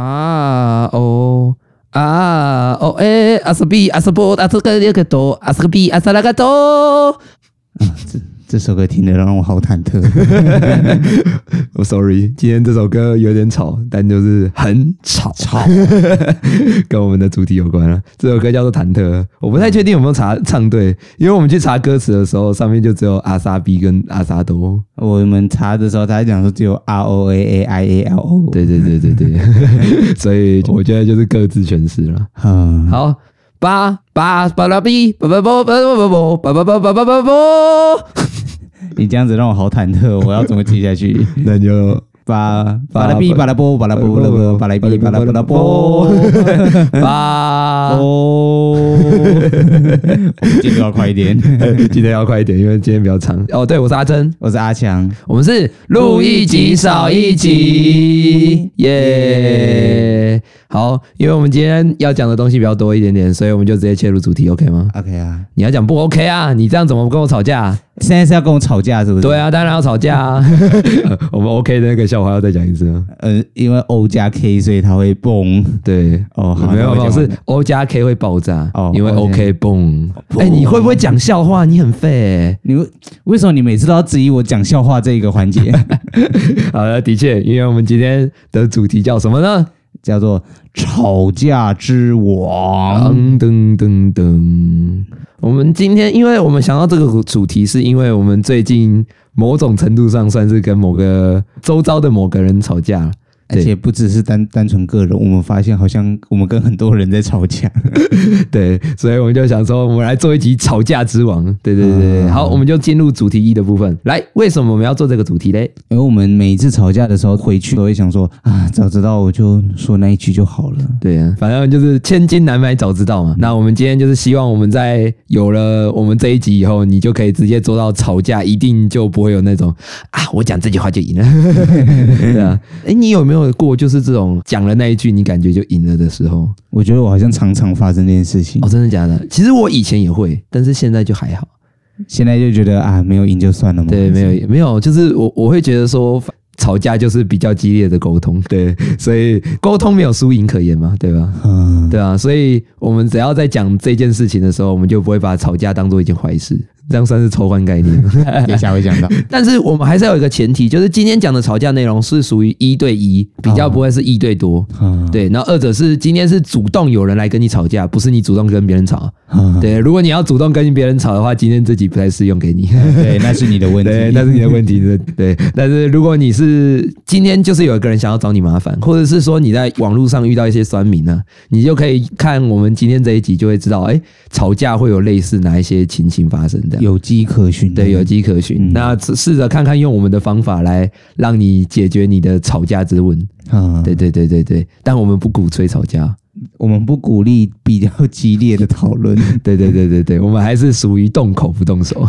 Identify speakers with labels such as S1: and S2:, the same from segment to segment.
S1: 啊哦啊哦哎，阿斯比阿斯波阿斯个那个多阿斯个比阿斯那个多，
S2: 这首歌听得让我好忐忑。
S3: 我 sorry，今天这首歌有点吵，但就是很吵，吵，跟我们的主题有关了。这首歌叫做《忐忑》，我不太确定有没有查唱对，因为我们去查歌词的时候，上面就只有阿萨比跟阿萨多。
S2: 我们查的时候，他讲说只有 R O A A I A L O。，
S3: 对对对对对，所以我觉得就是各自诠释了。
S2: 嗯，
S1: 好。八八八拉比八八八八八八八八八八八八，
S2: 你这样子让我好忐忑，我要怎么记下去？
S3: 那你就
S2: 巴巴拉比巴拉波巴拉波巴拉波巴拉比巴拉巴拉波。
S1: 八
S2: 哦，我们进度要快 一点。
S3: 记得要快一点，因为今天比较长。
S1: 哦，对，我是阿珍，
S2: 我是阿强，
S1: 我们是录一集少一集，耶、好，因为我们今天要讲的东西比较多一点点，所以我们就直接切入主题，OK 吗？
S2: OK 啊，
S1: 你要讲不 OK 啊？你这样怎么跟我吵架？
S2: 现在是要跟我吵架是不是？
S1: 对，啊，当然要吵架啊！
S3: 我们 OK 的那个笑话要再讲一次啊吗？
S2: 呃，因为 O 加 K，所以它会蹦。
S3: 对，
S2: 哦，好，
S3: 没有
S2: 那我
S1: 没有，
S2: 讲完
S1: 是 O 加 K 会爆炸，
S2: 哦
S1: 因为
S2: OK
S1: OK 蹦。哎、你会不会讲笑话？你很废、 欸。
S2: 你为为什么你每次都要质疑我讲笑话这一个环节，
S3: 好了，的确，因为我们今天的主题叫什么呢？
S2: 叫做吵架之王？
S1: 嗯
S3: 噔噔噔噔，
S1: 我们今天，因为我们想到这个主题，是因为我们最近某种程度上算是跟某个周遭的某个人吵架 了。
S2: 而且不只是单单纯个人，我们发现好像我们跟很多人在吵架。
S3: 对，所以我们就想说，我们来做一集吵架之王。对对对对，
S1: 好，
S3: 好，
S1: 我们就进入主题一的部分。来，为什么我们要做这个主题嘞？
S2: 因为我们每一次吵架的时候回去都会想说啊，早知道我就说那一句就好了。
S1: 对啊，嗯反正就是千金难买早知道嘛。那我们今天就是希望我们在有了我们这一集以后，你就可以直接做到吵架，一定就不会有那种啊，我讲这句话就赢了。 对啊， 哎，你有没有过就是这种讲了那一句，你感觉就赢了的时候？
S2: 我觉得我好像常常发生这件事情
S1: 哦，，真的假的？其实我以前也会，但是现在就还好。
S2: 现在就觉得啊，没有赢就算了嘛。
S1: 对，没有没有，哦就是我我会觉得说吵架就是比较激烈的沟通，
S3: 对，所以
S1: 沟通没有输赢可言嘛，对吧？
S2: 嗯，
S1: 对啊，所以我们只要在讲这件事情的时候，我们就不会把吵架当做一件坏事，这样算是仇恨概 念。
S2: 等一下会讲 到。
S1: 但是我们还是要有一个前提，就是今天讲的吵架内容是属于一对一，比较不会是一对多。
S2: 嗯，
S1: 对，然后二者是今天是主动有人来跟你吵架，不是你主动跟别人吵。
S2: 嗯
S1: 对，如果你要主动跟别人吵的话，今天这集不太适用给 你。
S2: 对，那是你的问题。
S3: 对，那是你的问题，对对。
S1: 但是如果你是今天就是有一个人想要找你麻烦，或者是说你在网络上遇到一些酸民呢、你就可以看我们今天这一集就会知道，哎、吵架会有类似哪一些情形发生这样。
S2: 有迹可循。
S1: 对，有迹可循。
S2: 嗯
S1: 那试试着看看用我们的方法来让你解决你的吵架之问。
S2: 嗯，
S1: 对对对对对，但我们不鼓吹吵架。
S2: 我们不鼓励比较激烈的讨 论。
S1: 对对对对对，我们还是属于动口不动 手。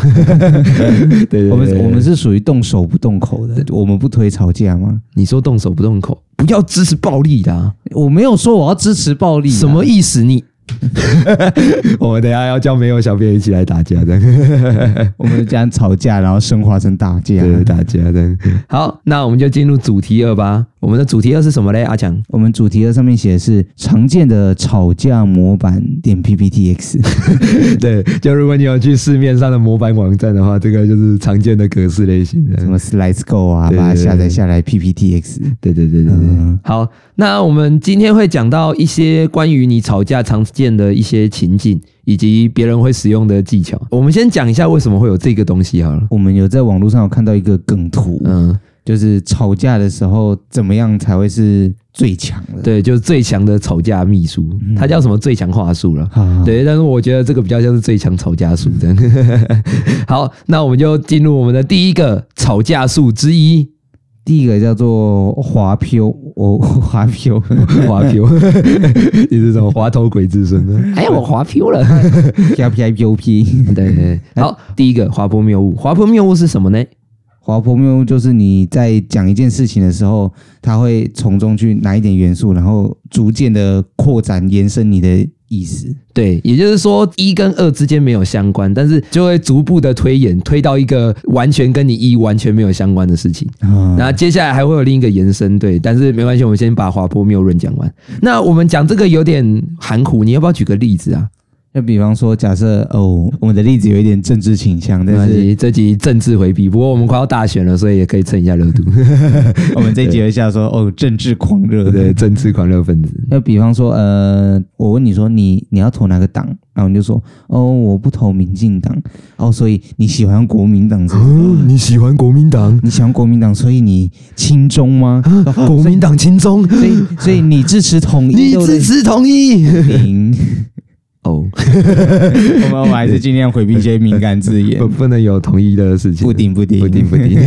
S1: 对对对
S2: 我
S1: 对
S2: 们
S1: 对
S2: 我们是属于动手不动口的，我们不推吵架吗？
S1: 你说动手不动口，不要支持暴力的、啊，
S2: 我没有说我要支持暴力啊，
S1: 什么意思？你
S3: 我们等一下要叫没有小编一起来打架的，
S1: 啊
S2: 我们这样吵架，然后升华成打架。
S3: 对，打架的。
S1: 好，那我们就进入主题二吧。我们的主题二是什么嘞？阿强，
S2: 我们主题的上面写的是常见的吵架模板点 PPTX。
S3: 对，就如果你有去市面上的模板网站的话，这个就是常见的格式类型的
S2: 什。么 Slides Go 啊，
S3: 对对对
S2: 把它下载下来 PPTX。
S3: 对对对对对。
S2: 嗯，
S1: 好，那我们今天会讲到一些关于你吵架常见的一些情境，以及别人会使用的技巧。我们先讲一下为什么会有这个东西好了。
S2: 我们有在网络上有看到一个梗图，
S1: 嗯，
S2: 就是吵架的时候怎么样才会是最强的？，
S1: 对，就是最强的吵架秘书，
S3: 嗯
S1: 它叫什么最强话术了。
S2: 好，
S1: 对，但是我觉得这个比较像是最强吵架术这样。 好，那我们就进入我们的第一个吵架术之 一
S2: 第一个叫做滑漂，我滑
S1: ——
S2: 漂，
S1: 滑皮。
S3: 你是什么滑头鬼之孙呢？
S1: 哎，我滑皮了。
S2: 啪啪 U P，
S1: 对对，对，好，第一个滑坡谬误，滑坡谬误是什么呢？
S2: 滑坡谬误就是你在讲一件事情的时候，它会从中去拿一点元素，然后逐渐的扩展延伸你的意思。
S1: 对，也就是说一跟二之间没有相关，但是就会逐步的推演，推到一个完全跟你一完全没有相关的事情。
S2: 啊
S1: 然后接下来还会有另一个延伸，对，但是没关系，我们先把滑坡谬论讲完。那我们讲这个有点含糊，你要不要举个例子啊？
S2: 就比方说，假设哦，我们的例子有一点政治倾向，
S1: 没
S2: 但
S1: 关
S2: 是
S1: 系，这集政治回避，不过我们快要大选了，所以也可以蹭一下热度。
S2: 我们这一集有一下说哦，政治狂 热。
S1: 对，政治狂热分子，
S2: 那比方说，呃，我问你说你你要投哪个党，然后你就说哦，我不投民进党，哦，所以你喜欢国民党是不 是，
S1: 啊你喜欢国民党？
S2: 你喜欢国民党，所以你亲中吗？
S1: 国民党亲中，
S2: 所以所以你支持统一，
S1: 你
S2: 对不对
S1: 支持同意？
S2: 民，
S1: 哦，
S2: 我们我们还是尽量回 避一些敏感字眼
S3: 不，不能有同意的事情，
S2: 不顶不顶
S3: 不定不 定，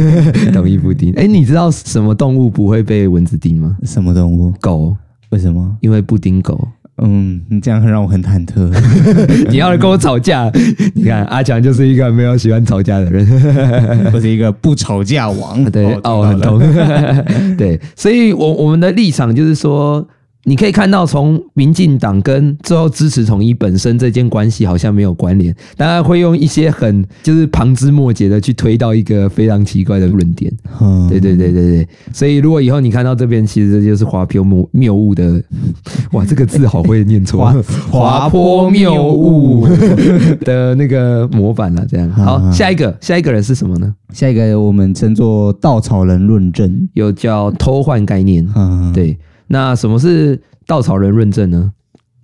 S3: 同意不定。
S1: 哎，你知道什么动物不会被蚊子叮吗？
S2: 什么动物？
S1: 狗，
S2: 为什么？
S1: 因为不叮狗。
S2: 嗯，你这样让我很忐 忑。
S1: 你要跟我吵架，你看阿强就是一个没有喜欢吵架的人。
S2: 我是一个不吵架王。
S1: 对，
S2: 哦
S1: 哦，很。
S2: 听到了
S1: 痛。 对，所以我我们的立场就是说，你可以看到从民进党跟最后支持统一本身这件关系好像没有关联，当然会用一些很就是旁枝末节的去推到一个非常奇怪的论点。
S2: 嗯，
S1: 对对对对对，所以如果以后你看到这边，其实这就是滑坡谬谬误的， 哇，这个字好会念错，滑坡谬误的 那个模板了、这样， 好，下一个下一个人是什么呢？
S2: 下一个我们称作稻草人论证。
S1: 又叫偷换概念。
S2: 嗯，，
S1: 对，那什么是稻草人论证呢？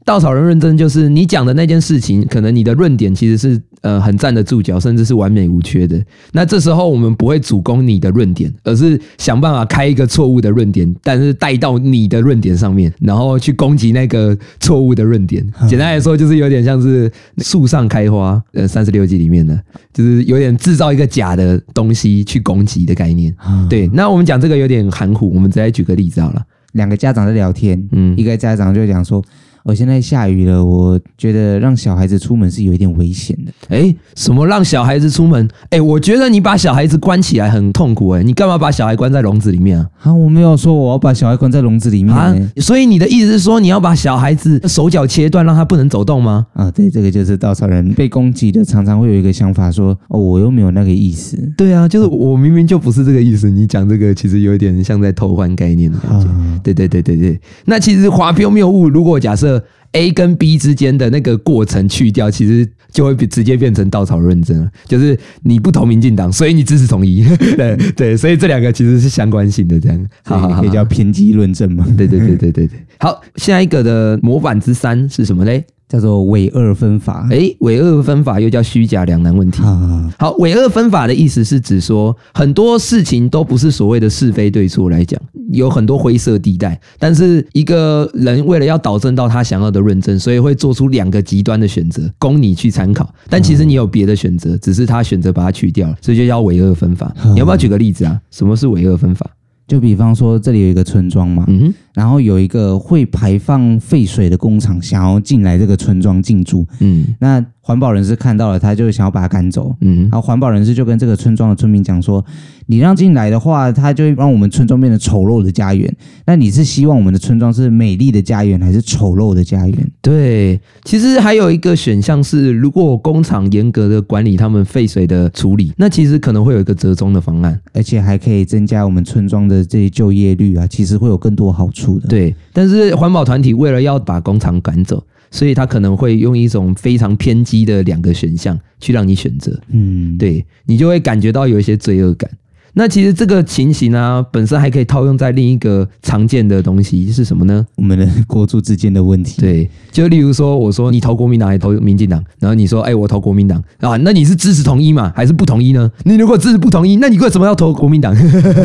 S1: 稻草人论证就是你讲的那件事情，可能你的论点其实是呃很站得住脚，甚至是完美无缺的。那这时候我们不会主攻你的论点，而是想办法开一个错误的论点，但是带到你的论点上面，然后去攻击那个错误的论点。简单来说，就是有点像是树上开花，呃，三十六计里面的，就是有点制造一个假的东西去攻击的概念。
S2: 啊
S1: 对，那我们讲这个有点含糊，我们直接举个例子好了。
S2: 两个家长在聊天，
S1: 嗯
S2: 一个家长就讲说。我、现在下雨了，我觉得让小孩子出门是有一点危险的。
S1: 哎，什么让小孩子出门？哎，我觉得你把小孩子关起来很痛苦哎、你干嘛把小孩关在笼子里面啊？
S2: 啊，我没有说我要把小孩关在笼子里面
S1: 啊
S2: 呢、，
S1: 所以你的意思是说你要把小孩子手脚切断，让他不能走动吗？
S2: 啊。对，这个就是稻草人被攻击的，常常会有一个想法说，哦，我又没有那个意思。
S1: 对啊，就是我明明就不是这个意思，你讲这个其实有点像在偷换概念的感觉。
S2: 啊，
S1: 对对对对对，那其实滑标谬误，如果假设 A 跟 B 之间的那个过程去掉，其实就会比直接变成稻草论证了，就是你不投民进党，所以你支持统一， 对对，所以这两个其实是相关性的，这样，
S2: 所
S1: 好好
S2: 以
S1: 好
S2: 可以，叫偏激论证嘛，
S1: 对对对对对对，好，下一个的模板之三是什么嘞？
S2: 叫做伪二分法。
S1: 诶，伪二分法又叫虚假两难问题。
S2: 啊，
S1: 好，伪二分法的意思是指说，很多事情都不是所谓的是非对错来讲，有很多灰色地带。但是一个人为了要导正到他想要的论证，所以会做出两个极端的选择，供你去参考。但其实你有别的选择，只是他选择把它去掉了，所以就叫伪二分法。你要不要举个例子啊？什么是伪二分法？
S2: 就比方说这里有一个村庄嘛，
S1: 嗯哼，
S2: 然后有一个会排放废水的工厂想要进来这个村庄进驻，
S1: 嗯
S2: 那环保人士看到了，他就想要把他赶走。
S1: 嗯
S2: 然，后环保人士就跟这个村庄的村民讲说：“你让进来的话，他就会让我们村庄变成丑陋的家园。那你是希望我们的村庄是美丽的家园，还是丑陋的家园
S1: 对，其实还有一个选项是，如果工厂严格的管理他们废水的处理，那其实可能会有一个折中的方案。
S2: 而且还可以增加我们村庄的这些就业率啊，其实会有更多好处的。”，
S1: 对，但是环保团体为了要把工厂赶走，所以他可能会用一种非常偏激的两个选项去让你选择，
S2: 嗯，
S1: 对你就会感觉到有一些罪恶感。那其实这个情形呢、本身还可以套用在另一个常见的东西是什么呢？
S2: 我们的国族之间的问题。，
S1: 对，就例如说，我说你投国民党还是投民进党，然后你说，哎、我投国民党啊，那你是支持统一嘛，还是不同意呢？你如果支持不同意，那你为什么要投国民党？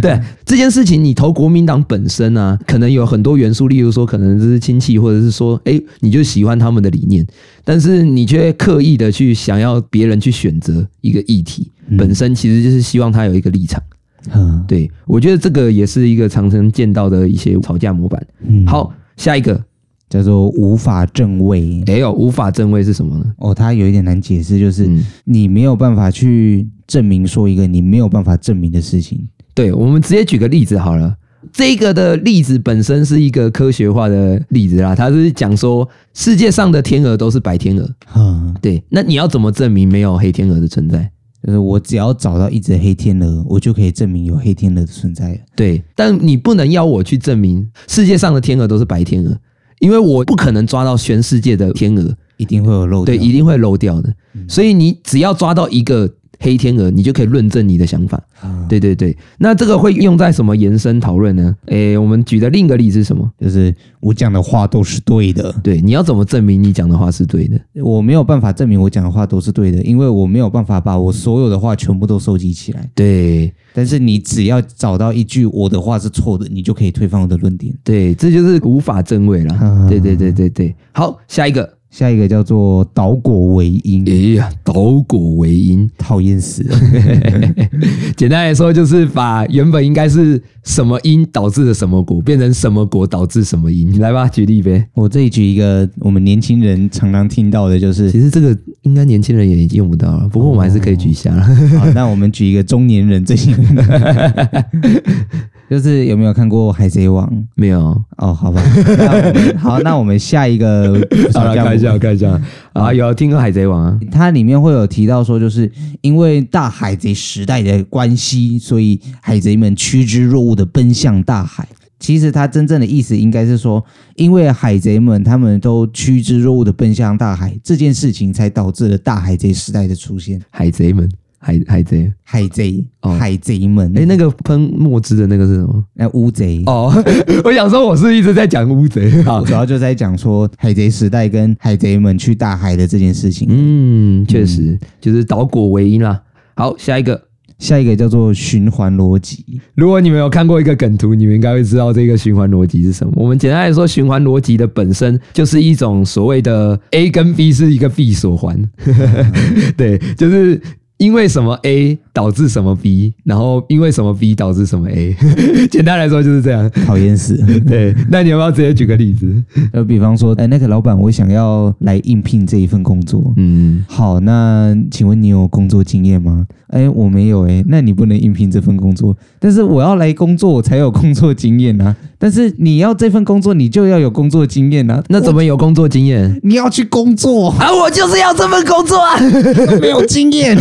S1: 对这件事情，你投国民党本身啊，可能有很多元素，例如说，可能是亲戚，或者是说，哎、你就喜欢他们的理念，但是你却刻意的去想要别人去选择一个议题，本身其实就是希望他有一个立场。
S2: 嗯，
S1: 对我觉得这个也是一个常常见到的一些吵架模板。
S2: 嗯，
S1: 好，下一个，
S2: 叫做无法正位。
S1: 哎呦，无法正位是什么呢？
S2: 哦，它有一点难解释，就是
S1: 嗯
S2: 你没有办法去证明说一个你没有办法证明的事情。
S1: 对，我们直接举个例子好了。这个的例子本身是一个科学化的例子啦，它是讲说世界上的天鹅都是白天鹅。
S2: 嗯，
S1: 对，那你要怎么证明没有黑天鹅的存在？
S2: 就是我只要找到一只黑天鹅，我就可以证明有黑天鹅的存在了。
S1: 对，但你不能要我去证明世界上的天鹅都是白天鹅，因为我不可能抓到全世界的天鹅，
S2: 一定会有漏掉嗯
S1: 对，一定会漏掉的。所以你只要抓到一个黑天鹅，你就可以论证你的想法。
S2: 啊
S1: 对对对，那这个会用在什么延伸讨论呢？诶，我们举的另一个例子是什么？
S2: 就是我讲的话都是对的，
S1: 对，你要怎么证明你讲的话是对的？
S2: 我没有办法证明我讲的话都是对的，因为我没有办法把我所有的话全部都收集起来。
S1: 对
S2: 但是你只要找到一句我的话是错的，你就可以推翻我的论点。
S1: 对，这就是无法证伪啦。
S2: 啊
S1: 对对对对对，好，下一个。
S2: 下一个叫做倒果为因，
S1: 哎呀，倒果为因，
S2: 讨厌死 了。
S1: 简单来说就是把原本应该是什么因导致的什么果，变成什么果导致什么因。你来吧，举例呗。
S2: 我这里举一个我们年轻人常常听到的， 就是
S1: 其实这个应该年轻人也用不到了，不过我们还是可以举一下啦。
S2: 好，那我们举一个中年人最喜欢的， 就是有没有看过《海贼王》？
S1: 没有，
S2: 哦，好吧，那我们 好，那我们下一个
S1: 好了，看一下，看一下啊，有听过《海贼王》啊？
S2: 它里面会有提到说，就是因为大海贼时代的关系，所以海贼们趋之若鹜的奔向大海。其实它真正的意思应该是说，因为海贼们他们都趋之若鹜的奔向大海，这件事情才导致了大海贼时代的出现。
S1: 海贼们，海海贼，
S2: 海贼，
S1: 哦
S2: 海贼们，
S1: 哎、那个喷墨汁的那个是什么？
S2: 那乌贼
S1: 哦， 我想说，我是一直在讲乌贼。 好
S2: 主，要就在讲说海贼时代跟海贼们去大海的这件事情。
S1: 嗯，确实、就是倒果为因啦。好，下一个，
S2: 下一个叫做循环逻辑，
S1: 如果你们有看过一个梗图，你们应该会知道这个循环逻辑是什么。我们简单来说，循环逻辑的本身就是一种所谓的 A 跟 B 是一个闭锁 环，对，就是。因为什么 A 导致什么 B，然后因为什么 B 导致什么 A，简 单来说就是这样。
S2: 讨厌死了。
S1: 对，那你要不要直接举个例子？
S2: 就比方说，哎，那个老板，我想要来应聘这一份工作。
S1: 嗯，
S2: 好，那请问你有工作经验吗？哎，我没有哎，那你不能应聘这份工作。但是我要来工作，我才有工作经验啊。但是你要这份工作，你就要有工作经验啊。
S1: 那怎么有工作经验？，
S2: 你要去工作
S1: 啊，我就是要这份工作 啊！
S2: 没有经验。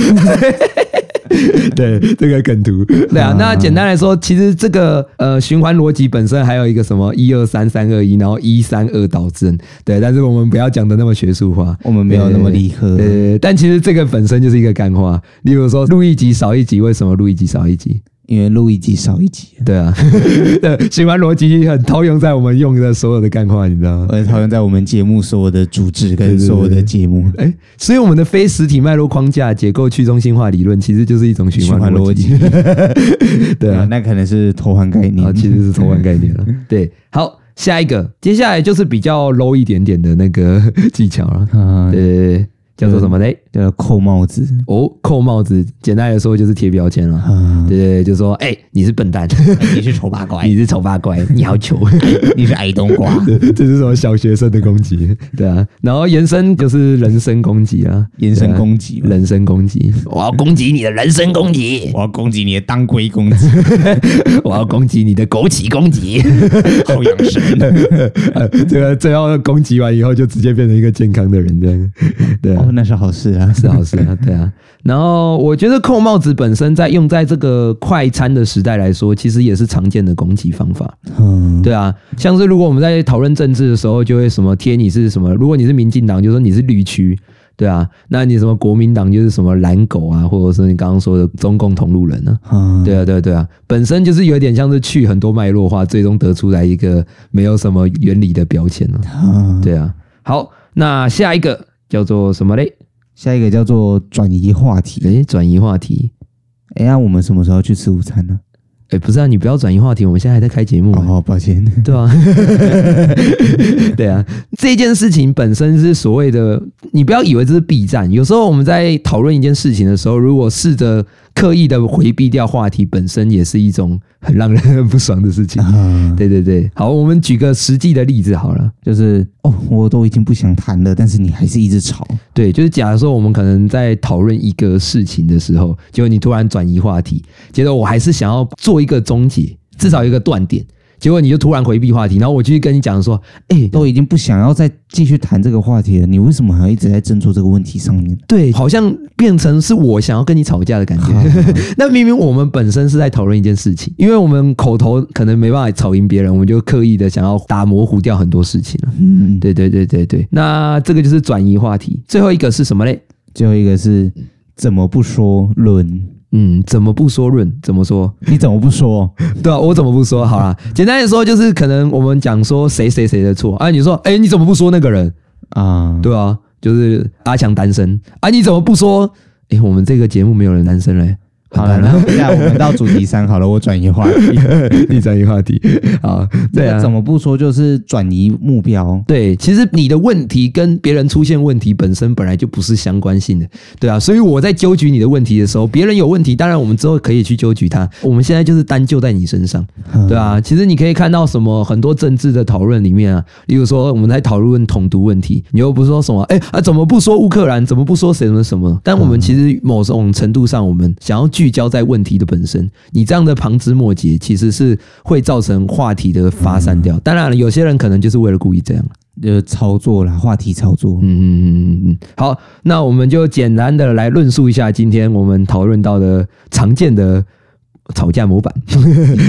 S3: 对，这个梗图，
S1: 对啊，那简单来说，其实这个呃循环逻辑本身还有一个什么一二三三二一，然后一三二导正，对，但是我们不要讲的那么学术化。
S2: 我们没有那么理科。
S1: 呃，但其实这个本身就是一个干话，例如说录一集少一集，为什么录一集少一集？
S2: 因为录一集少一集，
S1: 对啊， 对，循环逻辑很套用在我们用的所有的干话，你知道吗？
S2: 而讨厌在我们节目所有的主旨跟所有的节目
S1: 哎，所以我们的非实体脉络框架结构去中心化理论，其实就是一种循环逻辑。
S2: 循环逻辑，
S1: 对啊，
S2: 那可能是投环概
S1: 啊，
S2: 念。
S1: 其实是同款概念了。对，好，下一个，接下来就是比较 low 一点点的那个 技巧了。
S2: 啊，
S1: 呃，叫做什么嘞？
S2: 叫扣帽子
S1: 哦，扣帽子，简单来说就是贴标签了。
S2: 啊，
S1: 对对对，就说哎、你是笨蛋，
S2: 你是丑八 怪
S1: 你，是丑八怪，你好糗。
S2: 你是矮冬瓜，
S3: 这是什么小学生的攻击？
S1: 对啊，然后延伸就是人身攻击啊，
S2: 延伸攻击嘛，
S1: 人身攻击，我要攻击你的人身攻击，
S2: 我要攻击你的当归攻 击，
S1: 我要攻击你的枸杞攻击。
S2: 好养生。
S3: 呃这个最后攻击完以后，就直接变成一个健康的人这 样。对啊
S2: 哦，，那是好事啊。
S1: 是好事啊，对啊。然后我觉得扣帽子本身在用在这个快餐的时代来说，其实也是常见的攻击方法。
S2: 嗯，
S1: 对啊，像是如果我们在讨论政治的时候，就会什么贴你是什么，如果你是民进党，就说你是绿区。对啊，那你什么国民党就是什么蓝狗啊，或者是你刚刚说的中共同路人呢、
S3: 嗯
S2: 啊，
S1: 对啊，对啊，对啊，本身就是有点像是去很多脉络化，最终得出来一个没有什么原理的标签了、
S2: 啊，
S1: 对啊，好，那下一个叫做什么嘞？
S2: 下一个叫做转移话题。
S1: 诶，转移话题。
S2: 哎呀，那我们什么时候去吃午餐呢？
S1: 哎、不是啊，你不要转移话题，我们现在还在开节目、
S2: 哦，抱歉。
S1: 对啊， 对啊，这件事情本身是所谓的，你不要以为这是避战。有时候我们在讨论一件事情的时候，如果试着刻意的回避掉话题，本身也是一种很让人很不爽的事情。
S2: 啊，
S1: 对对对，好，我们举个实际的例子好了。
S2: 就是哦，我都已经不想谈了，但是你还是一直吵。
S1: 对，就是假如说我们可能在讨论一个事情的时候，结果你突然转移话题，觉得我还是想要做一个终结，至少有一个断点。结果你就突然回避话题，然后我继续跟你讲说，哎、
S2: 都已经不想要再继续谈这个话题了，你为什么还一直在斟酌这个问题上面？
S1: 对，好像变成是我想要跟你吵架的感觉。 那明明我们本身是在讨论一件事情，因为我们口头可能没办法吵赢别人，我们就刻意的想要打模糊掉很多事情了。
S2: 嗯，
S1: 对对对对对，那这个就是转移话题。最后一个是什么嘞？
S2: 最后一个是怎么不说论？
S1: 嗯，怎么不说论？怎么说？
S2: 你怎么不说？
S1: 对啊，我怎么不说？好啦，简单的说就是，可能我们讲说谁谁谁的错啊，你说，哎、你怎么不说那个人？
S2: 啊，
S1: 对啊，就是阿强单身啊，你怎么不说？哎、我们这个节目没有人单身嘞。啊
S2: 好了，那那我们到主题三好了，我转移话题。
S1: 你转移话题啊，对
S2: 那
S1: 啊
S2: 怎，么不说就是转移目标？
S1: 对，其实你的问题跟别人出现问题本身本来就不是相关性的，对啊，所以我在纠举你的问题的时候，别人有问题，当然我们之后可以去纠举他，我们现在就是单就在你身上，对啊，其实你可以看到什么很多政治的讨论里面啊，例如说我们在讨论统独问题，你又不是说什么，哎、啊怎么不说乌克兰，怎么不说谁什么什么？但我们其实某种程度上，我们想要聚焦在问题的本身，你这样的旁枝末节其实是会造成话题的发散掉。当然了，有些人可能就是为了故意这样。
S2: 呃，操作啦，话题操作。
S1: 嗯嗯嗯嗯嗯，好，那我们就简单的来论述一下今天我们讨论到的常见的吵架模板。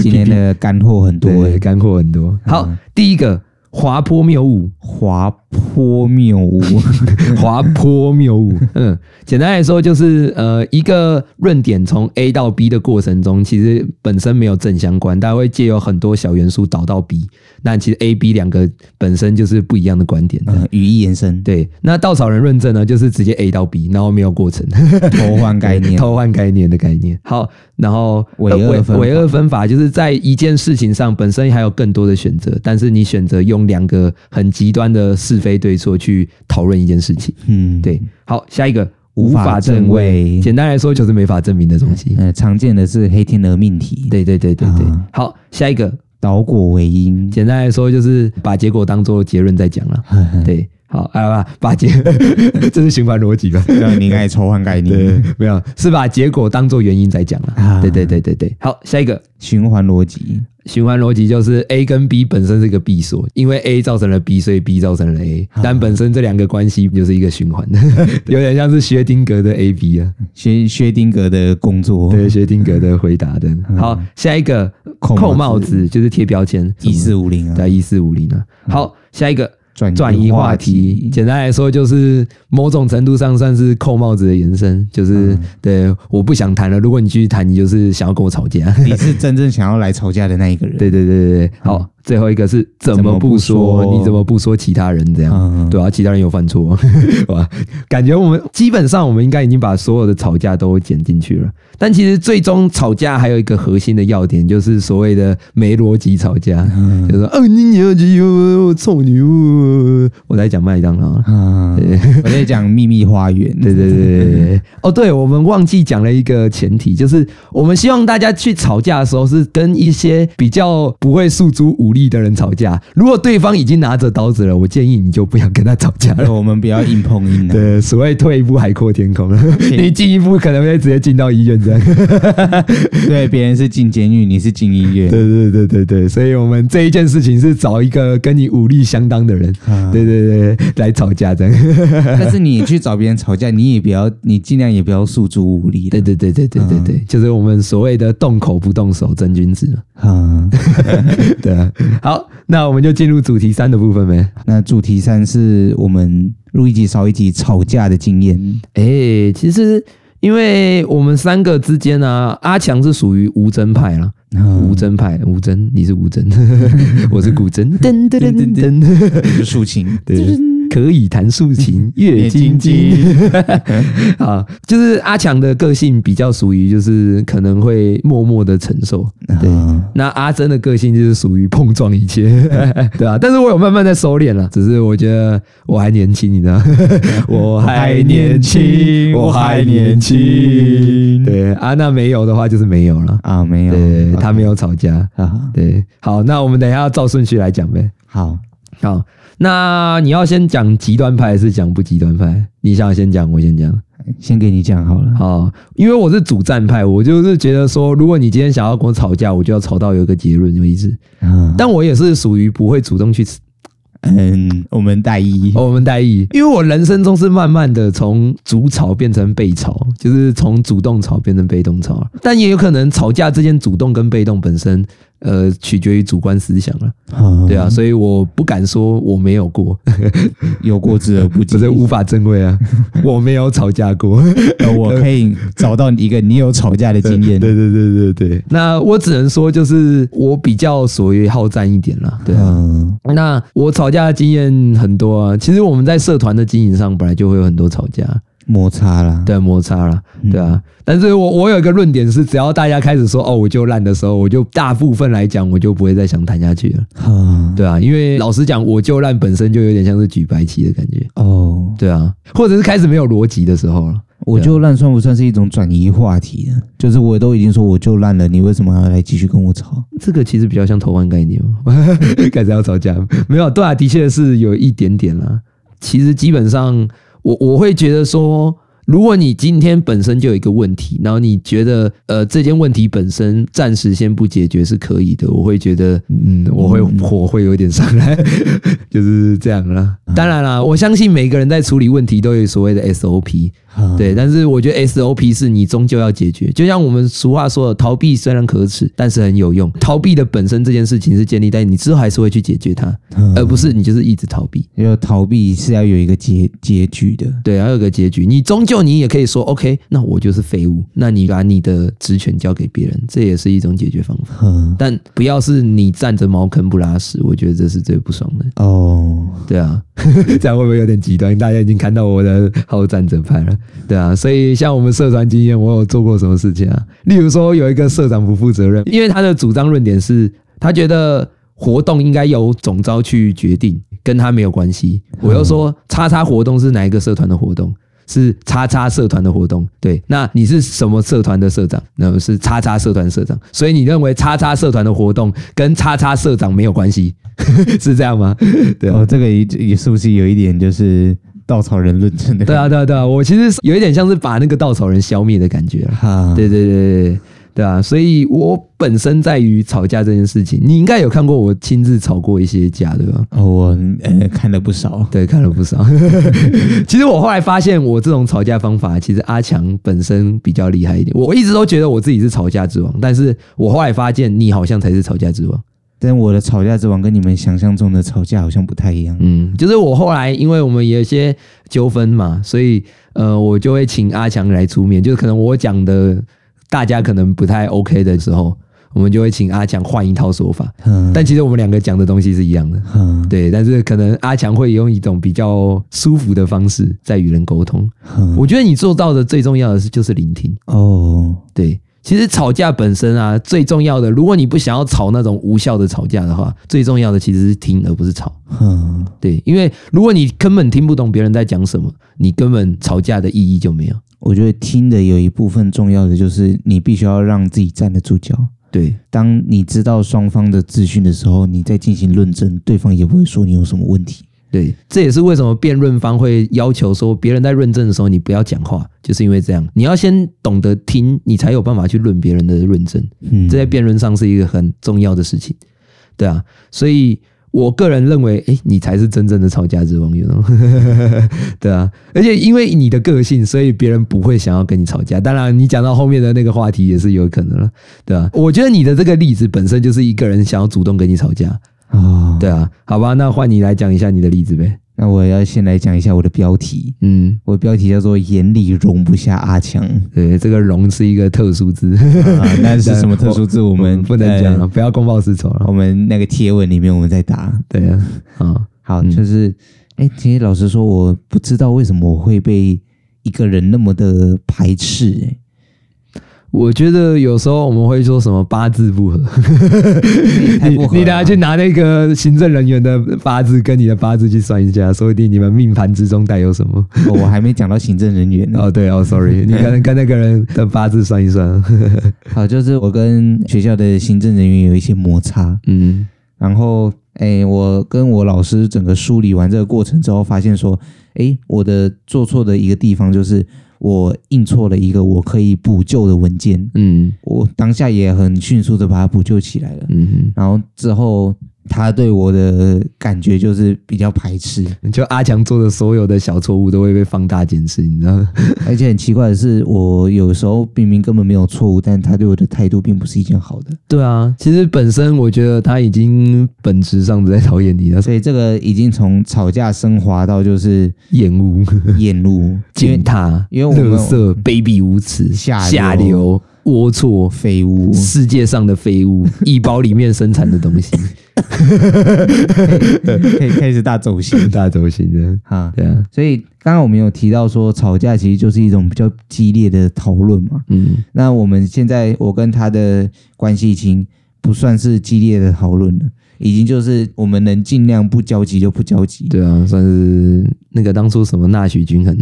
S2: 今天的干货很多
S1: 对，
S2: 欸，
S1: 干货很多。好，
S2: 嗯
S1: 第一个滑坡谬 误，
S2: 滑坡谬 误。
S1: 滑坡谬 误。嗯，简单来说就是呃，一个论点从 A 到 B 的过程中，其实本身没有正相关，它会借由很多小元素导到 B。那其实 A、B 两个本身就是不一样的观点。
S2: 嗯，语义延伸，
S1: 对，那稻草人论证呢，就是直接 A 到 B，然后没有过程，
S2: 偷换概念，
S1: 偷换概念的概念。好，然后
S2: 伪二
S1: 呃
S2: 分法
S1: 伪二分法就是在一件事情上本身还有更多的选择，但是你选择用两个很极端的是非对错去讨论一件事情。
S2: 嗯，
S1: 对，好，下一个
S2: 无法证伪
S1: 简单来说就是没法证明的东西。
S2: 呃，常见的是黑天鹅命题，
S1: 对对对对对
S2: 啊，
S1: 好，下一个
S2: 导果为因，
S1: 简单来说就是把结果当做结论再 讲了。对，好啊，不把结， 这是循环逻辑吧？
S2: 让你爱抽换概
S1: 对
S2: 念，，
S1: 没有，是把结果当做原因再讲了
S2: 嗯啊。
S1: 对对对对对，好，下一个
S2: 循环逻辑，
S1: 循环逻辑就是 A 跟 B 本身是个闭锁，因为 A 造成了 B，所以 B 造成了 A，但本身这两个关系就是一个循环， 有点像是薛丁格的 A B 啊，
S2: 薛薛丁格的工作，
S1: 对，薛丁格的回答的。好，下一个
S2: 扣
S1: 嗯扣
S2: 帽
S1: 帽子就是贴标签，，E
S2: 一四五零啊，
S1: 在一四五零啊。好，下一个。
S2: 转
S1: 转移话题，，简单来说就是某种程度上算是扣帽子的延伸，就是、对我不想谈了。如果你继续谈，你就是想要跟我吵架。
S2: 你是真正想要来吵架的那一个人，嗯
S1: 对对对对对，好，最后一个是怎么不说？
S2: 怎么不说
S1: 你怎么不说其他人这样？
S2: 嗯
S1: 对啊，其他人有犯错， 哇，感觉我们基本上我们应该已经把所有的吵架都剪进去了。但其实最终吵架还有一个核心的要点，就是所谓的没逻辑吵架，
S2: 嗯
S1: 就是说，哦，你你要去，我臭你，我我在讲麦当劳啊。
S2: 啊，我在讲秘密花园，
S1: 对对对对对，哦，对，我们忘记讲了一个前提，就是我们希望大家去吵架的时候是跟一些比较不会诉诸武力的人吵架。如果对方已经拿着刀子了，我建议你就不要跟他吵架了。
S2: 对，呃我们不要硬碰硬啊，
S1: 对，所谓退一步海阔天空了， 你进一步可能会直接进到医院这样。
S2: 对，别人是进监狱，你是进医院，
S1: 对对对对对，所以我们这一件事情是找一个跟你武力相当的人，
S2: 啊
S1: 对对对，来吵架这样。
S2: 但是你去找别人吵架，你也不要，你尽量也不要诉诸武力。
S1: 对，对对对对对对，就是我们所谓的动口不动手，真君子嘛。
S2: 啊，
S1: 对啊，好，那我们就进入主题三的部分呗。
S2: 那主题三是我们录一集少一集吵架的经验。
S1: 哎、其实因为我们三个之间呢、啊，阿强是属于无争派啦，
S2: 嗯
S1: 无争派，无争，你是无争， 我是古筝， 噔噔噔噔噔，
S2: 就是抒情，
S1: 对，可以弹竖琴，月晶晶。啊， 就是阿强的个性比较属于，就是可能会默默的承受。 对，
S2: 啊
S1: 那阿珍的个性就是属于碰撞一切， 对啊，但是我有慢慢在收敛了，只是我觉得我还年轻，你知道， 我还年轻，我还年轻。对啊，那没有的话就是没有了，
S2: 啊，没有，
S1: 对，
S2: 啊
S1: 他没有吵架。
S2: 啊，
S1: 对，好，那我们等一下照顺序来讲呗。
S2: 好，
S1: 好，那你要先讲极端派还是讲不极端派？你想先讲，我先讲。
S2: 先给你讲好了。
S1: 好，因为我是主战派，我就是觉得说，如果你今天想要跟我吵架，我就要吵到有一个结论为止。
S2: 啊，
S1: 但我也是属于不会主动去哦
S2: 嗯，我们大一，
S1: 我们代议，因为我人生中是慢慢的从主吵变成被吵，就是从主动吵变成被动吵，但也有可能吵架之间主动跟被动本身，呃，取决于主观思想了，
S2: 啊
S1: 对啊，所以我不敢说我没有过，
S2: 有过之而不及
S1: 只，是无法证伪啊，我没有吵架过。
S2: 呃我可以找到一个你有吵架的经验。
S1: 对对对对对，那我只能说，就是我比较属于好战一点啦，对啊。
S2: 嗯，
S1: 那我吵架的经验很多啊，其实我们在社团的经营上本来就会有很多吵架，
S2: 摩擦啦，
S1: 对摩擦啦，对啊。但是我我有一个论点是，只要大家开始说哦我就烂的时候，我就大部分来讲我就不会再想谈下去了，
S2: 啊，
S1: 对啊。因为老实讲，我就烂本身就有点像是举白旗的感觉，
S2: 哦，
S1: 对啊，或者是开始没有逻辑的时候了。
S2: 我就烂算不算是一种转移话题呢？就是我都已经说我就烂了，你为什么要来继续跟我吵？
S1: 这个其实比较像投换概念嘛， 开始要吵架，没有，对啊，的确是有一点点啦。其实基本上，我我会觉得说，如果你今天本身就有一个问题，然后你觉得呃这件问题本身暂时先不解决是可以的，我会觉得嗯，我会火会有一点上来， 就是这样啦。当然啦，我相信每个人在处理问题都有所谓的 SOP，
S2: 啊，
S1: 对，但是我觉得 SOP 是你终究要解决，就像我们俗话说的，逃避虽然可耻，但是很有用。逃避的本身这件事情是建立在你之后还是会去解决它，而不是你就是一直逃避。
S2: 嗯要逃避是要有一个结结局的。
S1: 对，还有个结局，你终究你也可以说 OK，那我就是废物，那你把你的职权交给别人，这也是一种解决方法。
S2: 嗯，
S1: 但不要是你站着茅坑不拉屎，我觉得这是最不爽的。
S2: 哦，
S1: 对啊， 这样会不会有点极端？大家已经看到我的好战者派了，对啊，所以像我们社团经验，我有做过什么事情啊？例如说，有一个社长不负责任，因为他的主张论点是他觉得活动应该由总招去决定，跟他没有关系。我又说，叉叉活动是哪一个社团的活动？是叉叉社团的活动，对，那你是什么社团的社长？那是叉叉社团社长，所以你认为叉叉社团的活动跟叉叉社长没有关系， 是这样吗？对啊
S2: 哦，这个也也是不是有一点就是稻草人论证的？
S1: 对啊，，对啊，对啊，我其实是有一点像是把那个稻草人消灭的感觉了。
S2: 哈，
S1: 对啊对对对对对啊！所以我本身在于吵架这件事情，你应该有看过我亲自吵过一些架，对吧？
S2: 哦，我呃看了不少。
S1: 对，看了不少。 其实我后来发现，我这种吵架方法，其实阿强本身比较厉害一点。我一直都觉得我自己是吵架之王，但是我后来发现，你好像才是吵架之王。
S2: 但我的吵架之王跟你们想象中的吵架好像不太一样。
S1: 嗯，就是我后来因为我们有一些纠纷嘛，所以呃，我就会请阿强来出面，就是可能我讲的大家可能不太 OK 的时候，我们就会请阿强换一套说法，
S2: 嗯，
S1: 但其实我们两个讲的东西是一样的。
S2: 嗯
S1: 对，但是可能阿强会用一种比较舒服的方式在与人沟通。
S2: 嗯
S1: 我觉得你做到的最重要的是就是聆听。
S2: 哦，
S1: 对，其实吵架本身啊，最重要的，如果你不想要吵那种无效的吵架的话，最重要的其实是听而不是吵。
S2: 嗯
S1: 对，因为如果你根本听不懂别人在讲什么，你根本吵架的意义就没有。
S2: 我觉得听的有一部分重要的就是你必须要让自己站得住脚。
S1: 对
S2: 当你知道双方的资讯的时候，你再进行论证，对方也不会说你有什么问题。
S1: 对，这也是为什么辩论方会要求说别人在论证的时候你不要讲话，就是因为这样，你要先懂得听，你才有办法去论别人的论证。
S2: 嗯，
S1: 这在辩论上是一个很重要的事情，对啊，所以我个人认为，哎，你才是真正的吵架之王，you know？对 啊，而且因为你的个性，所以别人不会想要跟你吵架。当然，你讲到后面的那个话题也是有可能了，对啊，我觉得你的这个例子本身就是一个人想要主动跟你吵架，
S2: 啊、哦，
S1: 对啊，好吧，那换你来讲一下你的例子呗。
S2: 那我要先来讲一下我的标题，
S1: 嗯，
S2: 我的标题叫做“眼里容不下 阿强。
S1: 对，这个“容”是一个特殊字，”
S2: 啊，那是什么特殊字？我
S1: 我
S2: 们
S1: 不能讲了，
S2: 呃
S1: 不要公报私仇了。
S2: 我们那个贴文里面我们再打。
S1: 对啊，啊，
S2: 好，
S1: 嗯
S2: 就是，哎、其实老实说，我不知道为什么我会被一个人那么的排斥、诶
S1: 我觉得有时候我们会说什么八字不合，
S2: 哎，太
S1: 你
S2: 不合
S1: 你
S2: 了
S1: 等下去拿那个行政人员的八字跟你的八字去算一下，说不定你们命盘之中带有什么。
S2: 哦我还没讲到行政人员呢。
S1: 哦，对哦，sorry，你 可能跟那个人的八字算一算。
S2: 好，就是我跟学校的行政人员有一些摩擦，
S1: 嗯
S2: 然后，哎，我跟我老师整个梳理完这个过程之后，发现说，哎，我的做错的一个地方就是，我印错了一个我可以补救的文件，
S1: 嗯
S2: 我当下也很迅速的把它补救起来了。
S1: 嗯，
S2: 然后之后他对我的感觉就是比较排斥，
S1: 就阿强做的所有的小错误都会被放大检视，你知道吗？
S2: 而且很奇怪的是，我有时候明明根本没有错误，但他对我的态度并不是一件好的，
S1: 对啊，其实本身我觉得他已经本质上在讨厌你了，
S2: 所以这个已经从吵架升华到就是
S1: 厌 恶、
S2: 厌恶，因为
S1: 践踏、
S2: 因为我们
S1: 垃圾、卑鄙无耻、
S2: 下流
S1: 下流、龌龊、
S2: 废 物。
S1: 世界上的废 物，一包里面生产的东西，
S2: 可以开始大走心
S1: 大轴型的，
S2: 哈。
S1: 对啊，
S2: 所以刚刚我们有提到说，吵架其实就是一种比较激烈的讨论嘛。
S1: 嗯
S2: 那我们现在我跟他的关系已经不算是激烈的讨论了，已经就是我们能尽量不交集就不交集。
S1: 对啊，算是那个当初什么纳许均衡，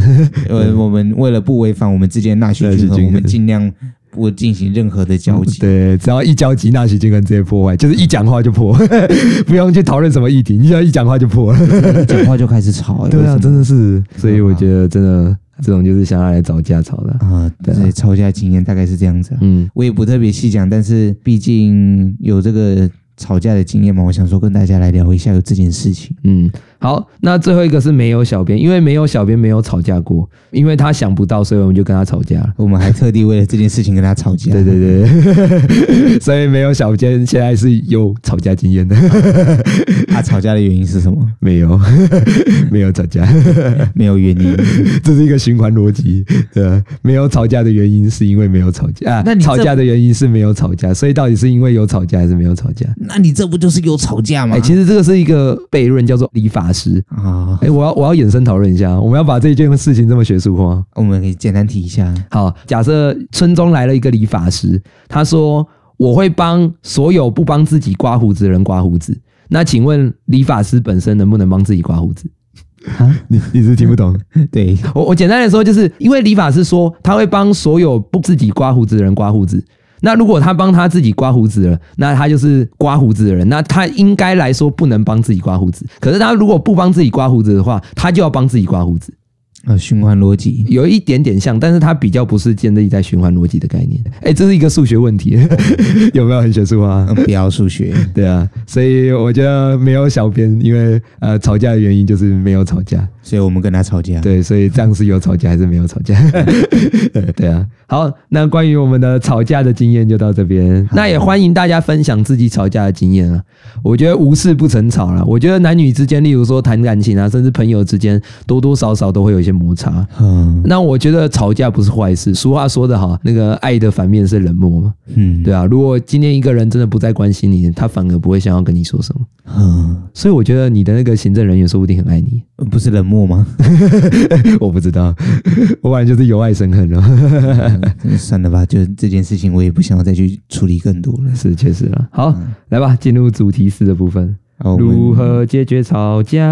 S2: 呃，我们为了不违反我们之间的纳许
S1: 纳许
S2: 均衡，
S1: 均
S2: 我们
S1: 衡
S2: 尽量不进行任何的交集。
S1: 对，只要一交集，纳许均衡直接破坏，就是一讲话就破， 不用去讨论什么议题，你只要一讲话就破了。
S2: 一讲话就开始吵、欸，
S1: 对
S2: 为什
S1: 啊，
S2: 么
S1: 真的是，所以我觉得真的这种就是想要来找架吵的，
S2: 啊，
S1: 对啊
S2: 对，吵架经验大概是这样子、啊。
S1: 嗯
S2: 我也不特别细讲，但是毕竟有这个吵架的经验嘛，我想说跟大家来聊一下有这件事情。
S1: 嗯，好，那最后一个是没有小编，因为没有小编没有吵架过，因为他想不到，所以我们就跟他吵架了。
S2: 我们还特地为了这件事情跟他吵架。
S1: 对对对， 所以没有小编现在是有吵架经验的，
S2: 他啊吵架的原因是什么？
S1: 没有 没有吵架，
S2: 没有原因。
S1: 这是一个循环逻辑。呃，没有吵架的原因是因为没有吵架，啊、
S2: 那你这
S1: 吵架的原因是没有吵架，所以到底是因为有吵架还是没有吵架？
S2: 那你这不就是有吵架吗？
S1: 哎、其实这个是一个悖论，叫做理法师。
S2: 啊
S1: 哎、，我要我要衍生讨论一下，啊我们要把这件事情这么学术化。
S2: 我们可以简单提 一下。
S1: 好，假设村中来了一个理发师，他说我会帮所有不帮自己刮胡子的人刮胡子。那请问理发师本身能不能帮自己刮胡子？
S3: 你你是听不懂，
S2: 对，
S1: 我我简单的说，就是因为理发师说他会帮所有不自己刮胡子的人刮胡子。那如果他帮他自己刮胡子了，那他就是刮胡子的人。那他应该来说不能帮自己刮胡子。可是他如果不帮自己刮胡子的话，他就要帮自己刮胡子。
S2: 呃，循环逻辑。
S1: 有一点点像，但是它比较不是建立在循环逻辑的概念。哎、这是一个数学问题，
S3: 有没有很学术啊？
S2: 嗯，不要数学。
S1: 对啊，所以我觉得没有小编，因为呃吵架的原因就是没有吵架，
S2: 所以我们跟他吵架。
S1: 对，所以这样是有吵架还是没有吵架？ 对啊，好，那关于我们的吵架的经验就到这边，那也欢迎大家分享自己吵架的经验啊。我觉得无事不成吵啦，我觉得男女之间，例如说谈感情啊，甚至朋友之间，多多少少都会有一些摩擦。
S2: 嗯
S1: 那我觉得吵架不是坏事。俗话说得好，那个爱的反面是冷漠嘛，
S2: 嗯，
S1: 对啊。如果今天一个人真的不再关心你，他反而不会想要跟你说什么。
S2: 嗯，
S1: 所以我觉得你的那个行政人员说不定很爱你，
S2: 不是冷漠吗？
S1: 我不知道，我反正就是由爱生恨了。
S2: 算了吧，就这件事情，我也不想要再去处理更多 了。
S1: 是，确实了。好，
S2: 嗯
S1: 来吧，进入主题四的部分，
S2: 啊我们
S1: 如啊何解决吵架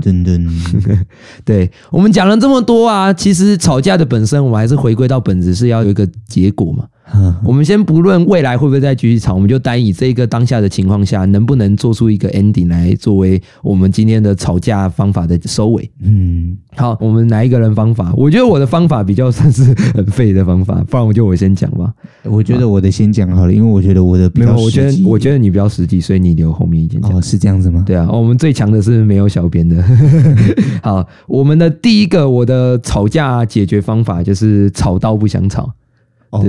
S2: 噔？噔噔噔，
S1: 对我们讲了这么多啊，其实吵架的本身，我们还是回归到本质，是要有一个结果嘛。
S2: 啊
S1: 我们先不论未来会不会再继续吵，我们就单以这个当下的情况下，能不能做出一个 ending 来作为我们今天的吵架方法的收尾。
S2: 嗯，
S1: 好，我们哪一个人方法？我觉得我的方法比较算是很废的方法，不然我就我先讲吧。
S2: 我觉得我的先讲好了，因为我觉得我的比
S1: 没
S2: 较
S1: 有，我觉
S2: 实际
S1: 得我觉得你比较实际，所以你留后面一点讲。
S2: 哦是这样子吗？
S1: 对啊、哦我们最强的是没有小编的。 好，我们的第一个我的吵架解决方法就是吵到不想吵。
S2: 哦，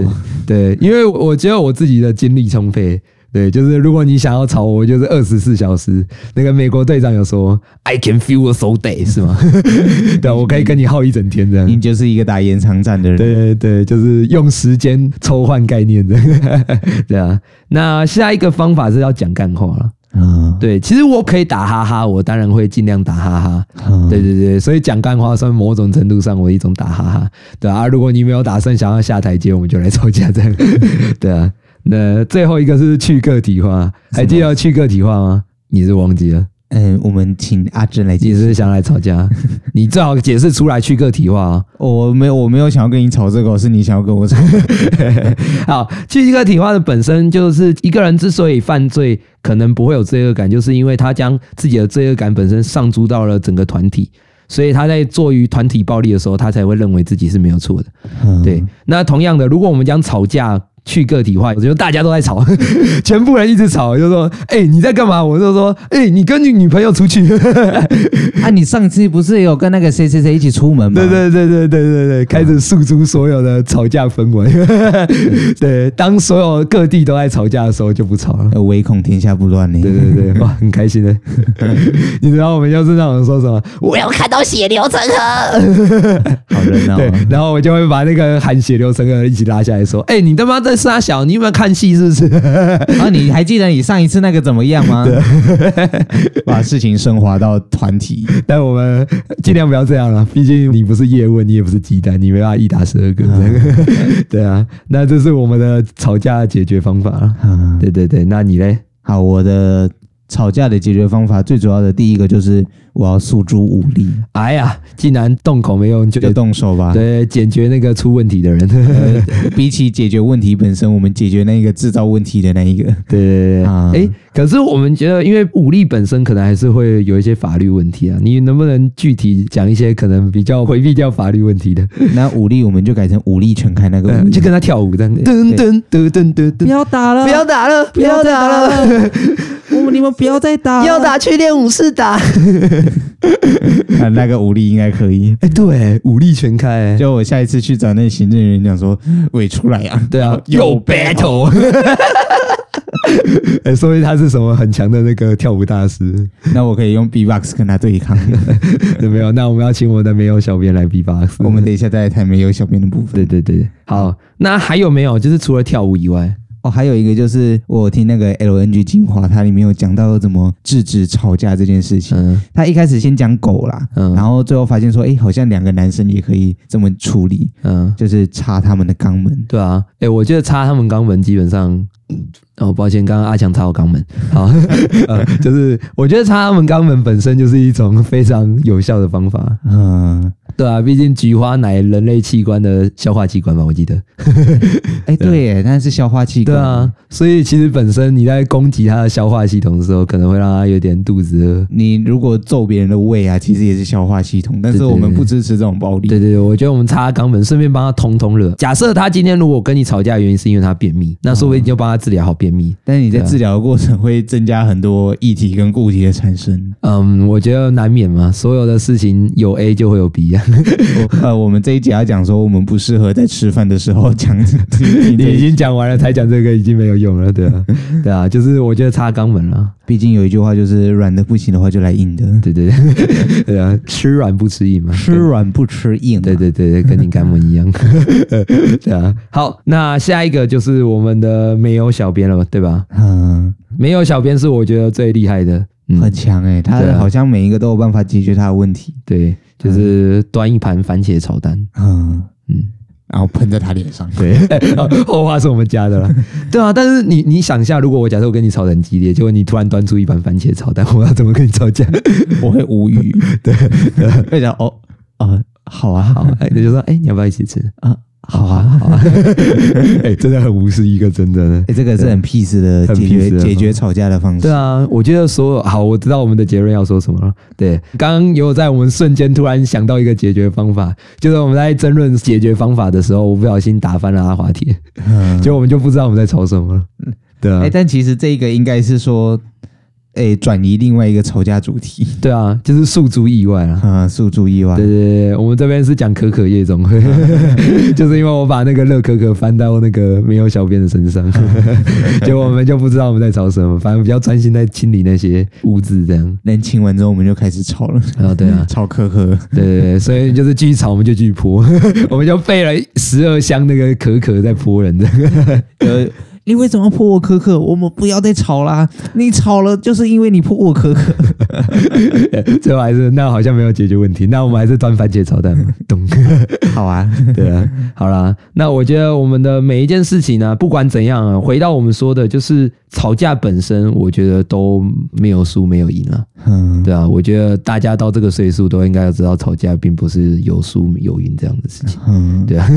S1: 对，因为我觉得我自己的精力充沛。对，就是如果你想要吵我，就是二十四小时。那个美国队长有说，I can feel a so day，是吗？对，啊我可以跟你耗一整天这样。
S2: 你就是一个打延长战的人。
S1: 对对对，就是用时间抽换概念的。 对啊，那下一个方法是要讲干话了。
S2: 啊，
S1: 对，其实我可以打哈哈，我当然会尽量打哈哈。
S2: 啊
S1: 对对对，所以讲干话算某种程度上我一种打哈哈，对啊。如果你没有打算想要下台阶，我们就来吵架这样，对啊。那最后一个是去个体化，还记得去个体化吗？你是忘记了，
S2: 嗯，我们请阿珍来
S1: 你
S2: 解释。
S1: 是想来吵架？你最好解释出来去个体化啊、
S2: 哦我没有，我没有想要跟你吵这个，是你想要跟我吵。
S1: 好，去个体化的本身就是一个人之所以犯罪，可能不会有罪恶感，就是因为他将自己的罪恶感本身上租到了整个团体。所以他在做于团体暴力的时候，他才会认为自己是没有错的。
S2: 嗯
S1: 对，那同样的，如果我们将吵架去个体化，我觉得大家都在吵， 全部人一直吵，就说：“哎、你在干嘛？”我就说：“哎、你跟你女朋友出去。”
S2: 啊，你上次不是也有跟那个谁谁谁一起出门吗？
S1: 对对对对对对对，开始诉诸所有的吵架氛围。 对，当所有各地都在吵架的时候，就不吵了。
S2: 呃，唯恐天下不乱呢。
S1: 对对对，哇，很开心的。 你知道我们要是那种说什么，我要看到血流成河，
S2: 好热闹、
S1: 对
S2: 啊。，
S1: 然后我就会把那个喊血流成河的一起拉下来说，哎、你他妈在撒小，你有没有看戏是不是？
S2: 然后啊你还记得你上一次那个怎么样吗？ 把事情升华到团体，
S1: 但我们尽量不要这样了，毕竟你不是叶问，你也不是鸡蛋，你没办法一打十二个。 对啊，那这是我们的吵架解决方法了。
S2: 嗯，
S1: 对对对，那你嘞？
S2: 好，我的吵架的解决方法最主要的第一个就是我要诉诸武力，
S1: 哎呀，既然动口啊没用，就
S2: 就动手吧。呃
S1: 对解决那个出问题的人。 对
S2: 比起解决问题本身，我们解决那个制造问题的那一 个。
S1: 对对对，
S2: 啊
S1: 哎、可是我们觉得，因为武力本身可能还是会有一些法律问题啊，你能不能具体讲一些可能比较回避掉法律问题的？
S2: 那武力我们就改成武力全开那个武
S1: 嗯
S2: 力，
S1: 就跟他跳舞这样，噔噔噔噔噔噔，
S2: 要打了
S1: 不要打了，不要打了，
S2: 了，我你们不要再打
S1: 要打去练武士打。
S2: 打那个武力应该可以。
S1: 哎、对，武力全开、
S2: 就我下一次去找那行政人员讲说，喂出来呀、
S1: 对啊，
S2: 有
S1: battle。哎、说明他是什么很强的那个跳舞大师。
S2: 那我可以用 B-box 跟他对抗。
S1: 对，没有。那我们要请我们的没有小编来 B box。
S2: 我们等一下再来谈没有小编的部
S1: 对。
S2: 分
S1: 对对，好。那还有没有？就是除了跳舞以外，
S2: 哦，还有一个就是我有听那个 LNG 精华，它里面有讲到怎么制止吵架这件事情。
S1: 嗯
S2: 他一开始先讲狗啦，
S1: 嗯
S2: 然后最后发现说，哎、好像两个男生也可以这么处理，
S1: 嗯，
S2: 就是插他们的肛门。
S1: 对啊。哎、我觉得插他们肛门基本上，哦，抱歉，刚刚阿强插我肛门。好， 呃，就是我觉得插他们肛门本身就是一种非常有效的方法。
S2: 嗯，
S1: 对啊，毕竟菊花乃人类器官的消化器官吧，我记得。
S2: 哎、对耶，那是消化器
S1: 对
S2: 官。
S1: 啊，所以其实本身你在攻击它的消化系统的时候，可能会让它有点肚子饿。
S2: 你如果揍别人的胃啊，其实也是消化系统，但是
S1: 对对
S2: 我们不支持这种暴力。
S1: 对对对，我觉得我们擦肛门，顺便帮他通通热。假设他今天如果跟你吵架，原因是因为他便秘，那说不定就帮他治疗好便秘。
S2: 但是你在
S1: 对啊
S2: 治疗的过程会增加很多液体跟固体的产 生。
S1: 嗯，我觉得难免嘛，所有的事情有 A 就会有 B 啊。
S2: 我呃，我们这一集要讲说，我们不适合在吃饭的时候讲。
S1: 你 已经讲完了才讲这个，已经没有用了，对啊， 对啊，就是我觉得擦肛门了，
S2: 毕竟有一句话就是软的不行的话就来硬的，
S1: 对对对，对啊， 吃软不吃硬嘛，
S2: 吃软不吃硬、
S1: 对对对对，跟你肛门一样， 对啊。好，那下一个就是我们的没有小编了，对吧？
S2: 嗯，
S1: 没有小编是我觉得最厉害的，嗯，
S2: 很强哎、他
S1: 对啊
S2: 好像每一个都有办法解决他的问题，
S1: 对，就是端一盘番茄炒蛋，
S2: 嗯，
S1: 嗯，
S2: 然后喷在他脸上，
S1: 对，后话是我们家的啦。对啊，但是你你想一下，如果我假设我跟你吵得很激烈，结果你突然端出一盘番茄炒蛋，我要怎么跟你吵架？
S2: 我会无语， 对，会讲哦啊、 好啊
S1: 好，哎，你就说，哎，你要不要一起吃？
S2: 啊好啊好 啊，
S3: 哎、真的很无视一个真的呢。
S2: 哎、这个是很 peace 的
S3: 很
S2: 解决
S3: peace 的
S2: 解决吵架的方式，
S1: 对啊，我觉得所有好，我知道我们的结论要说什么了。对，刚刚有在我们瞬间突然想到一个解决方法，就是我们在争论解决方法的时候，我不小心打翻了阿华田，
S2: 嗯，
S1: 结果我们就不知道我们在吵什么了。对啊
S2: 哎、，但其实这个应该是说，哎、转移另外一个吵架主题，
S1: 对啊，就是诉诸意外啦。
S2: 啊、诉诸意外
S1: 对，对对，我们这边是讲可可夜总 会，就是因为我把那个热可可翻到那个没有小编的身 上，结果我们就不知道我们在吵什么，反正比较专心在清理那些污渍这样。
S2: 人情完之后我们就开始吵了，
S1: 啊，对啊，
S2: 吵可可，
S1: 对对对，所以就是继续吵，我们就继续泼， 我们就备了十二箱那个可可在泼人的。
S2: 呃，你为什么要泼我可可？我们不要再吵啦！你吵了就是因为你泼我可可。
S1: 最后还是那好像没有解决问题，那我们还是端番茄炒蛋吧。懂？
S2: 好啊，
S1: 对啊，好啦，那我觉得我们的每一件事情呢、不管怎样啊，回到我们说的，就是吵架本身，我觉得都没有输没有赢啊。
S2: 嗯，
S1: 对啊，我觉得大家到这个岁数都应该要知道，吵架并不是有输有赢这样的 事情。
S2: 嗯，
S1: 对啊，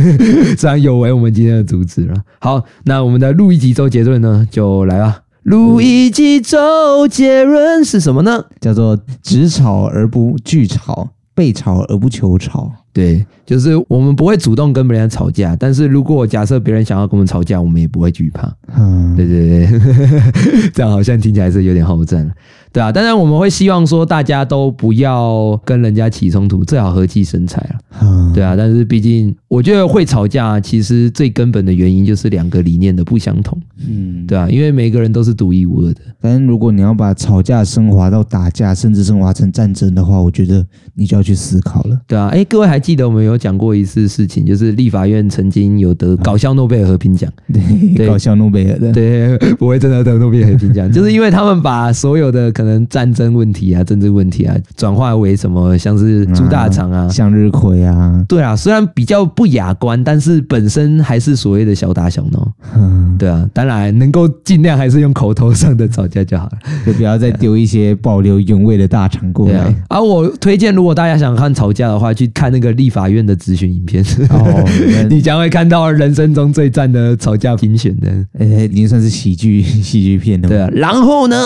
S1: 虽然有违我们今天的主旨了。好，那我们的录一集周杰伦呢，就来啊吧。录一集周杰伦是什么呢？
S2: 叫做只吵而不聚吵，背吵而不求吵。
S1: 对，就是我们不会主动跟别人吵架，但是如果假设别人想要跟我们吵架，我们也不会惧怕。
S2: 嗯，
S1: 对对对，这样好像听起来是有点好战了，对啊。当然我们会希望说大家都不要跟人家起冲突，最好和气生财啊。
S2: 嗯，
S1: 对啊，但是毕竟我觉得会吵架，其实最根本的原因就是两个理念的不相同，
S2: 嗯，
S1: 对啊，因为每个人都是独一无二的。
S2: 但是如果你要把吵架升华到打架，甚至升华成战争的话，我觉得你就要去思考了。
S1: 对啊，哎，各位还记得我们有讲过一次事情，就是立法院曾经有得搞笑诺贝尔和平奖，对
S2: 对，搞笑诺贝尔 的，
S1: 对，不会真的得诺贝尔和平奖， 就是因为他们把所有的可能战争问题啊、政治问题啊，转化为什么像是猪大肠啊。
S2: 向日葵啊，
S1: 对啊，虽然比较不雅观，但是本身还是所谓的小打小闹。
S2: 嗯，
S1: 对啊，当然能够尽量还是用口头上的吵架就好了。
S2: 就不要再丢一些保留原味的大肠过
S1: 对
S2: 来
S1: 啊。，啊，我推荐如果大家想看吵架的话，去看那个立法院的咨询影片，
S2: 哦，
S1: 你将会看到人生中最赞的吵架评选的。
S2: 呃，已经算是喜剧 喜剧片了。
S1: 对啊，，然后呢？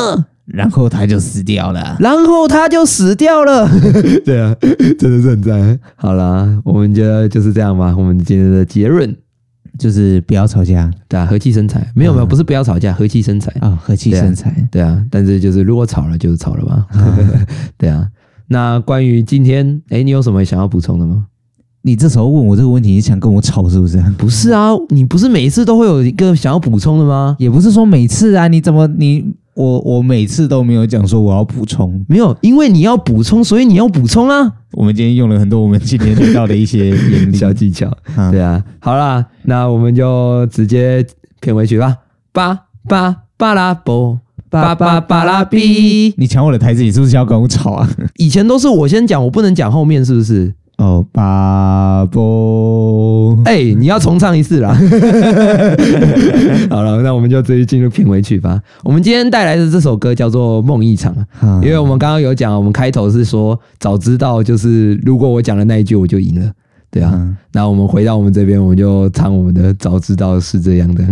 S2: 然后他就死掉了。
S1: 然后他就死掉 了。
S3: 对啊，真的是很赞。
S1: 好啦，我们觉得就是这样吧。我们今天的结论，
S2: 就是不要吵架
S1: 对啊，和气生财。没有没有，不是不要吵架，和气生财。
S2: 啊，和气
S1: 对啊
S2: 生财。
S1: 对啊，但是就是如果吵了，就是吵了 吧。对啊，那关于今天，哎，你有什么想要补充的吗？
S2: 你这时候问我这个问题，你想跟我吵是不是？
S1: 不是啊，你不是每一次都会有一个想要补充的吗？
S2: 也不是说每次啊，你怎么你我我每次都没有讲说我要补充。
S1: 没有，因为你要补充，所以你要补充啊。
S2: 我们今天用了很多我们今天学到的一些原理。
S1: 小技巧，
S2: 啊
S1: 对啊。好啦，那我们就直接片尾曲吧。巴巴巴拉波，巴巴巴拉比。
S2: 你抢我的台词，你是不是要跟我吵啊？
S1: 以前都是我先讲，我不能讲后面，是不是？
S2: 哦，巴波，
S1: 哎、你要重唱一 次啦。好了，那我们就直接进入片尾曲吧。我们今天带来的这首歌叫做《梦一场》，
S2: 啊
S1: 因为我们刚刚有讲，我们开头是说早知道就是如果我讲了那一句，我就赢了。对啊，
S2: 嗯
S1: 那我们回到我们这边，我们就唱我们的《早知道是这样的》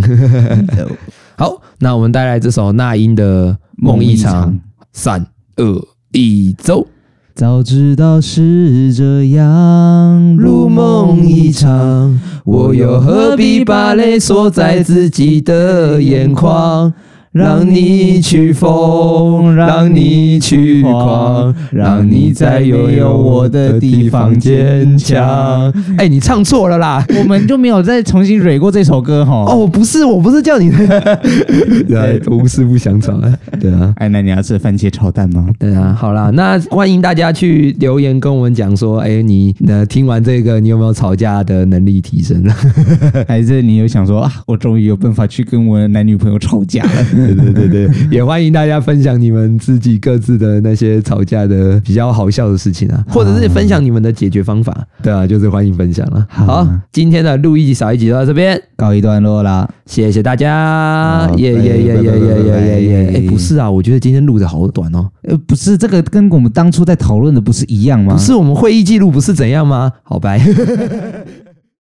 S1: 嗯 好，那我们带来这首那英的《梦一场》，三二一，走。
S2: 早知道是这样，
S1: 如梦一，场，我又何必把泪锁在自己的眼眶？让你去疯，让你去狂， 让你在拥有我的地方坚强。 哎、你唱错了啦！
S2: 我们就没有再重新蕊过这首歌哈。
S1: 哦，不是，我不是叫你的。
S3: 对啊，无事不想吵啊。对啊，
S2: 哎，那你要吃番茄炒蛋 吗？
S1: 对啊，好啦，那欢迎大家去留言跟我们讲说，哎、你呃听完这个，你有没有吵架的能力提升？
S2: 还是你有想说啊，我终于有办法去跟我的男女朋友吵架了？
S3: 对对对对，
S1: 也欢迎大家分享你们自己各自的那些吵架的比较好笑的事情啊，或者是分享你们的解决方法。
S3: 对啊，就是欢迎分享了。
S1: 好，今天的录一集少一集就到这边，
S2: 告一段落啦。
S1: 谢谢大家，耶耶耶耶耶耶耶耶！哎，不是啊，我觉得今天录的好短哦，
S2: 呃，不是这个跟我们当初在讨论的不是一样吗？
S1: 不是我们会议记录不是怎样吗？好拜。